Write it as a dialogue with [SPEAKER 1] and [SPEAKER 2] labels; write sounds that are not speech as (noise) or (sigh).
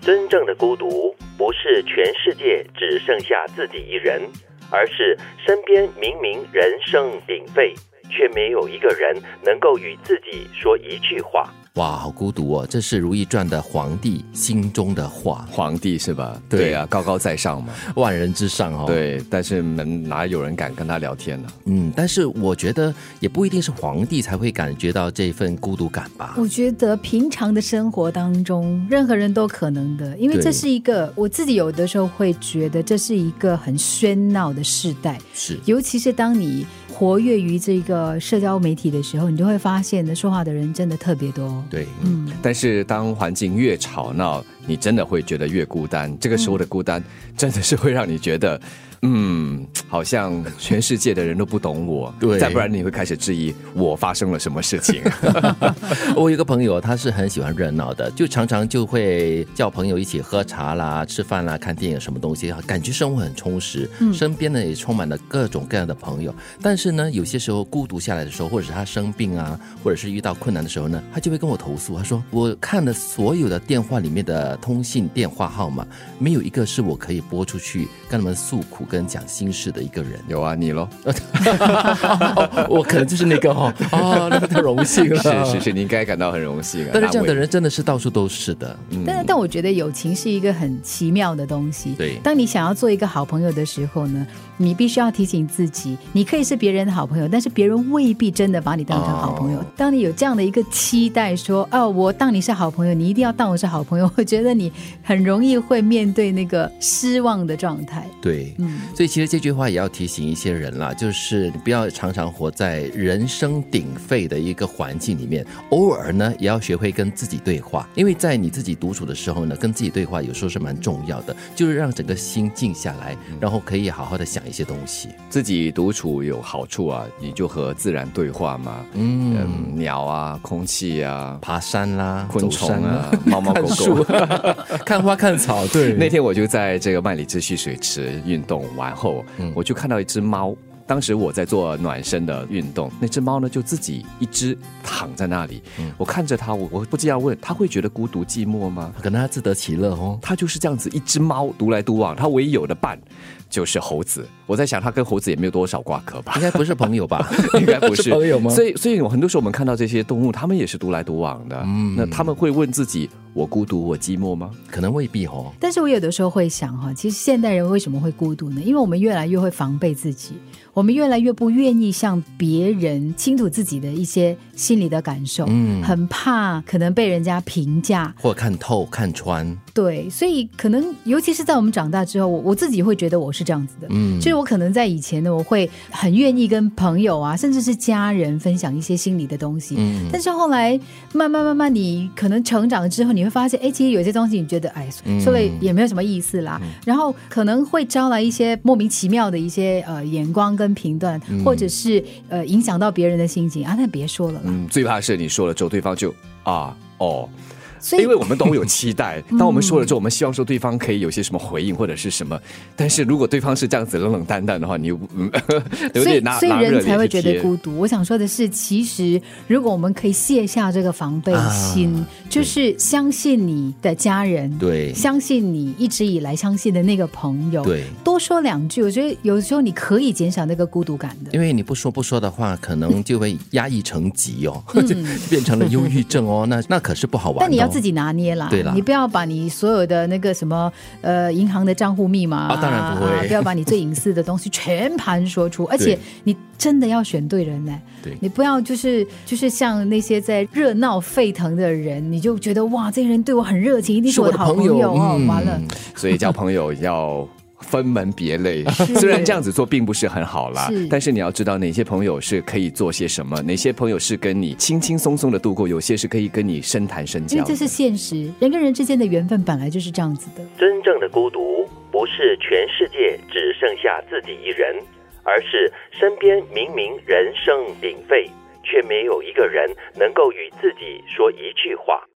[SPEAKER 1] 真正的孤独不是全世界只剩下自己一人，而是身边明明人声鼎沸，却没有一个人能够与自己说一句话。
[SPEAKER 2] 哇，好孤独哦！这是《如懿传》的皇帝心中的话，
[SPEAKER 3] 皇帝是吧？
[SPEAKER 2] 对
[SPEAKER 3] 对啊，高高在上嘛。
[SPEAKER 2] 万人之上哦。，
[SPEAKER 3] 对，但是们哪有人敢跟他聊天呢、
[SPEAKER 2] 嗯，但是我觉得也不一定是皇帝才会感觉到这份孤独感吧。
[SPEAKER 4] 我觉得平常的生活当中，任何人都可能的，因为
[SPEAKER 2] 对
[SPEAKER 4] 这是一个我自己有的时候会觉得这是一个很喧闹的时代，
[SPEAKER 2] 是，
[SPEAKER 4] 尤其是当你活跃于这个社交媒体的时候，你就会发现呢，说话的人真的特别多。
[SPEAKER 2] 对，
[SPEAKER 4] 嗯，
[SPEAKER 3] 但是当环境越吵闹，你真的会觉得越孤单。这个时候的孤单，真的是会让你觉得，嗯，好像全世界的人都不懂我。
[SPEAKER 2] 对
[SPEAKER 3] 再不然你会开始质疑我发生了什么
[SPEAKER 2] (laughs)
[SPEAKER 3] 事情。
[SPEAKER 2] 我有一个朋友，他是很喜欢热闹的，就常常就会叫朋友一起喝茶啦、吃饭啦、看电影什么东西，感觉生活很充实，
[SPEAKER 3] 嗯
[SPEAKER 2] 身边呢也充满了各种各样的朋友。但是呢，有些时候孤独下来的时候，或者是他生病啊，或者是遇到困难的时候呢，他就会跟我投诉，他说我看了所有的电话里面的通信电话号码，没有一个是我可以拨出去跟他们诉苦跟讲心事的一个
[SPEAKER 3] (laughs)
[SPEAKER 2] 人。
[SPEAKER 3] 有啊，
[SPEAKER 2] (laughs)
[SPEAKER 3] 你咯。
[SPEAKER 2] 哦我可能就是那个哦，哦，那个太荣幸了。
[SPEAKER 3] 是是是，你应该感到很荣幸啊。
[SPEAKER 2] (laughs) 但是这样的
[SPEAKER 3] 安慰，
[SPEAKER 2] 人真的是到处都是的，
[SPEAKER 4] 但但我觉得友情是一个很奇妙的东西。
[SPEAKER 2] 对
[SPEAKER 4] 当你想要做一个好朋友的时候呢，你必须要提醒自己，你可以是别人的好朋友，但是别人未必真的把你当成好朋友。
[SPEAKER 3] 哦
[SPEAKER 4] 当你有这样的一个期待说，哦，我当你是好朋友，你一定要当我是好朋友， (laughs) 我觉得你很容易会面对那个失望的状态。
[SPEAKER 2] 对，
[SPEAKER 4] 嗯，
[SPEAKER 2] 所以其实这句话也要提醒一些人啦，就是你不要常常活在人声鼎沸的一个环境里面，偶尔呢也要学会跟自己对话，因为在你自己独处的时候呢，跟自己对话有时候是蛮重要的，就是让整个心静下来，
[SPEAKER 3] 嗯
[SPEAKER 2] 然后可以好好的想一些东西。
[SPEAKER 3] 自己独处有好处啊，你就和自然对话嘛。
[SPEAKER 2] 嗯，
[SPEAKER 3] 嗯，鸟啊，空气啊，
[SPEAKER 2] 爬山啦，
[SPEAKER 3] 昆
[SPEAKER 2] 走
[SPEAKER 3] 虫
[SPEAKER 2] 山
[SPEAKER 3] 啊，猫猫
[SPEAKER 2] 看
[SPEAKER 3] 狗狗啊
[SPEAKER 2] 树。， (laughs) 看花看草，对，
[SPEAKER 3] (laughs) 那天我就在这个万里之蓄水池运动完后，
[SPEAKER 2] 嗯
[SPEAKER 3] 我就看到一只猫。当时我在做暖身的运动，那只猫呢就自己一只躺在那里。
[SPEAKER 2] 嗯
[SPEAKER 3] 我看着它，我我不知道问它会觉得孤独寂寞吗？
[SPEAKER 2] 可能他自得其乐哦。
[SPEAKER 3] 它就是这样子一只猫独来独往，它唯一有的伴就是猴子。我在想，它跟猴子也没有多少挂科吧
[SPEAKER 2] (laughs) 应。该不是朋友吧？
[SPEAKER 3] 应该不是
[SPEAKER 2] 朋友吗？
[SPEAKER 3] 所以，所以很多时候我们看到这些动物，它们也是独来独往的。
[SPEAKER 2] 嗯
[SPEAKER 3] 那他们会问自己：我孤独，我寂寞吗？
[SPEAKER 2] 可能未必哦。
[SPEAKER 4] 但是我有的时候会想哈，其实现代人为什么会孤独呢？因为我们越来越会防备自己，我们越来越不愿意向别人倾吐自己的一些心里的感受，
[SPEAKER 2] 嗯
[SPEAKER 4] 很怕可能被人家评价。
[SPEAKER 2] 或看透看穿，
[SPEAKER 4] 对，所以可能尤其是在我们长大之后，我我自己会觉得我是这样子的。
[SPEAKER 2] 嗯，
[SPEAKER 4] 就是我可能在以前呢，我会很愿意跟朋友啊，甚至是家人分享一些心里的东西。
[SPEAKER 2] 嗯
[SPEAKER 4] 但是后来慢慢慢慢，你可能成长之后，你会发现，哎，其实有些东西你觉得，哎，
[SPEAKER 2] 嗯
[SPEAKER 4] 说了也没有什么意思啦。然后可能会招来一些莫名其妙的一些呃眼光跟评断，
[SPEAKER 2] 嗯
[SPEAKER 4] 或者是呃影响到别人的心情啊。那别说了啦。
[SPEAKER 3] 嗯，最怕是你说了之后，对方就啊哦，
[SPEAKER 4] 所以嗯
[SPEAKER 3] 因为我们都有期
[SPEAKER 4] (laughs)
[SPEAKER 3] 待。当我们说了之后，我们希望说对方可以有些什么回应或者是什么，但是如果对方是这样子冷冷淡淡的话，你又 (laughs) 嗯有
[SPEAKER 4] 所以
[SPEAKER 3] 点拿，
[SPEAKER 4] 所以
[SPEAKER 3] 拿热
[SPEAKER 4] 人
[SPEAKER 3] 脸
[SPEAKER 4] 才会
[SPEAKER 3] 去
[SPEAKER 4] 觉得
[SPEAKER 3] 贴
[SPEAKER 4] 孤独。我想说的是，其实如果我们可以卸下这个防备心，
[SPEAKER 2] 啊
[SPEAKER 4] 就是相信你的家人，
[SPEAKER 2] 对
[SPEAKER 4] 相信你一直以来相信的那个朋友，
[SPEAKER 2] 对，
[SPEAKER 4] 多说两句，我觉得有时候你可以减少那个孤独感的。
[SPEAKER 2] 因为你不说不说的话，可能就会压抑成疾哦， (laughs) 就变成了忧郁症哦。那那可是不好玩、哦。
[SPEAKER 4] 但你要自己拿捏啦，
[SPEAKER 2] 对啦
[SPEAKER 4] 你不要把你所有的那个什么呃银行的账户密码
[SPEAKER 2] 啊当然不会
[SPEAKER 4] 啊不要把你最隐私的东西全盘
[SPEAKER 2] (laughs)
[SPEAKER 4] 说出，而且你真的要选对人呢、
[SPEAKER 2] 对
[SPEAKER 4] 你不要就是就是像那些在热闹沸腾的人，你就觉得哇，这个人对我很热情，一定
[SPEAKER 2] 是
[SPEAKER 4] 我
[SPEAKER 2] 我
[SPEAKER 4] 的
[SPEAKER 2] 的
[SPEAKER 4] 好
[SPEAKER 2] 朋
[SPEAKER 4] 朋
[SPEAKER 2] 友
[SPEAKER 4] 哦，
[SPEAKER 2] 嗯
[SPEAKER 4] 完了。
[SPEAKER 3] 所以交朋友要。分门别
[SPEAKER 4] (laughs)
[SPEAKER 3] 类，虽然这样子做并不是很好啦
[SPEAKER 4] 是，
[SPEAKER 3] 但是你要知道哪些朋友是可以做些什么，哪些朋友是跟你轻轻松松的度过，有些是可以跟你深谈深
[SPEAKER 4] 因为
[SPEAKER 3] 交的。
[SPEAKER 4] 这是现实，人跟人之间的缘分本来就是这样子的。
[SPEAKER 1] 真正的孤独不是全世界只剩下自己一人，而是身边明明人声鼎沸，却没有一个人能够与自己说一句话。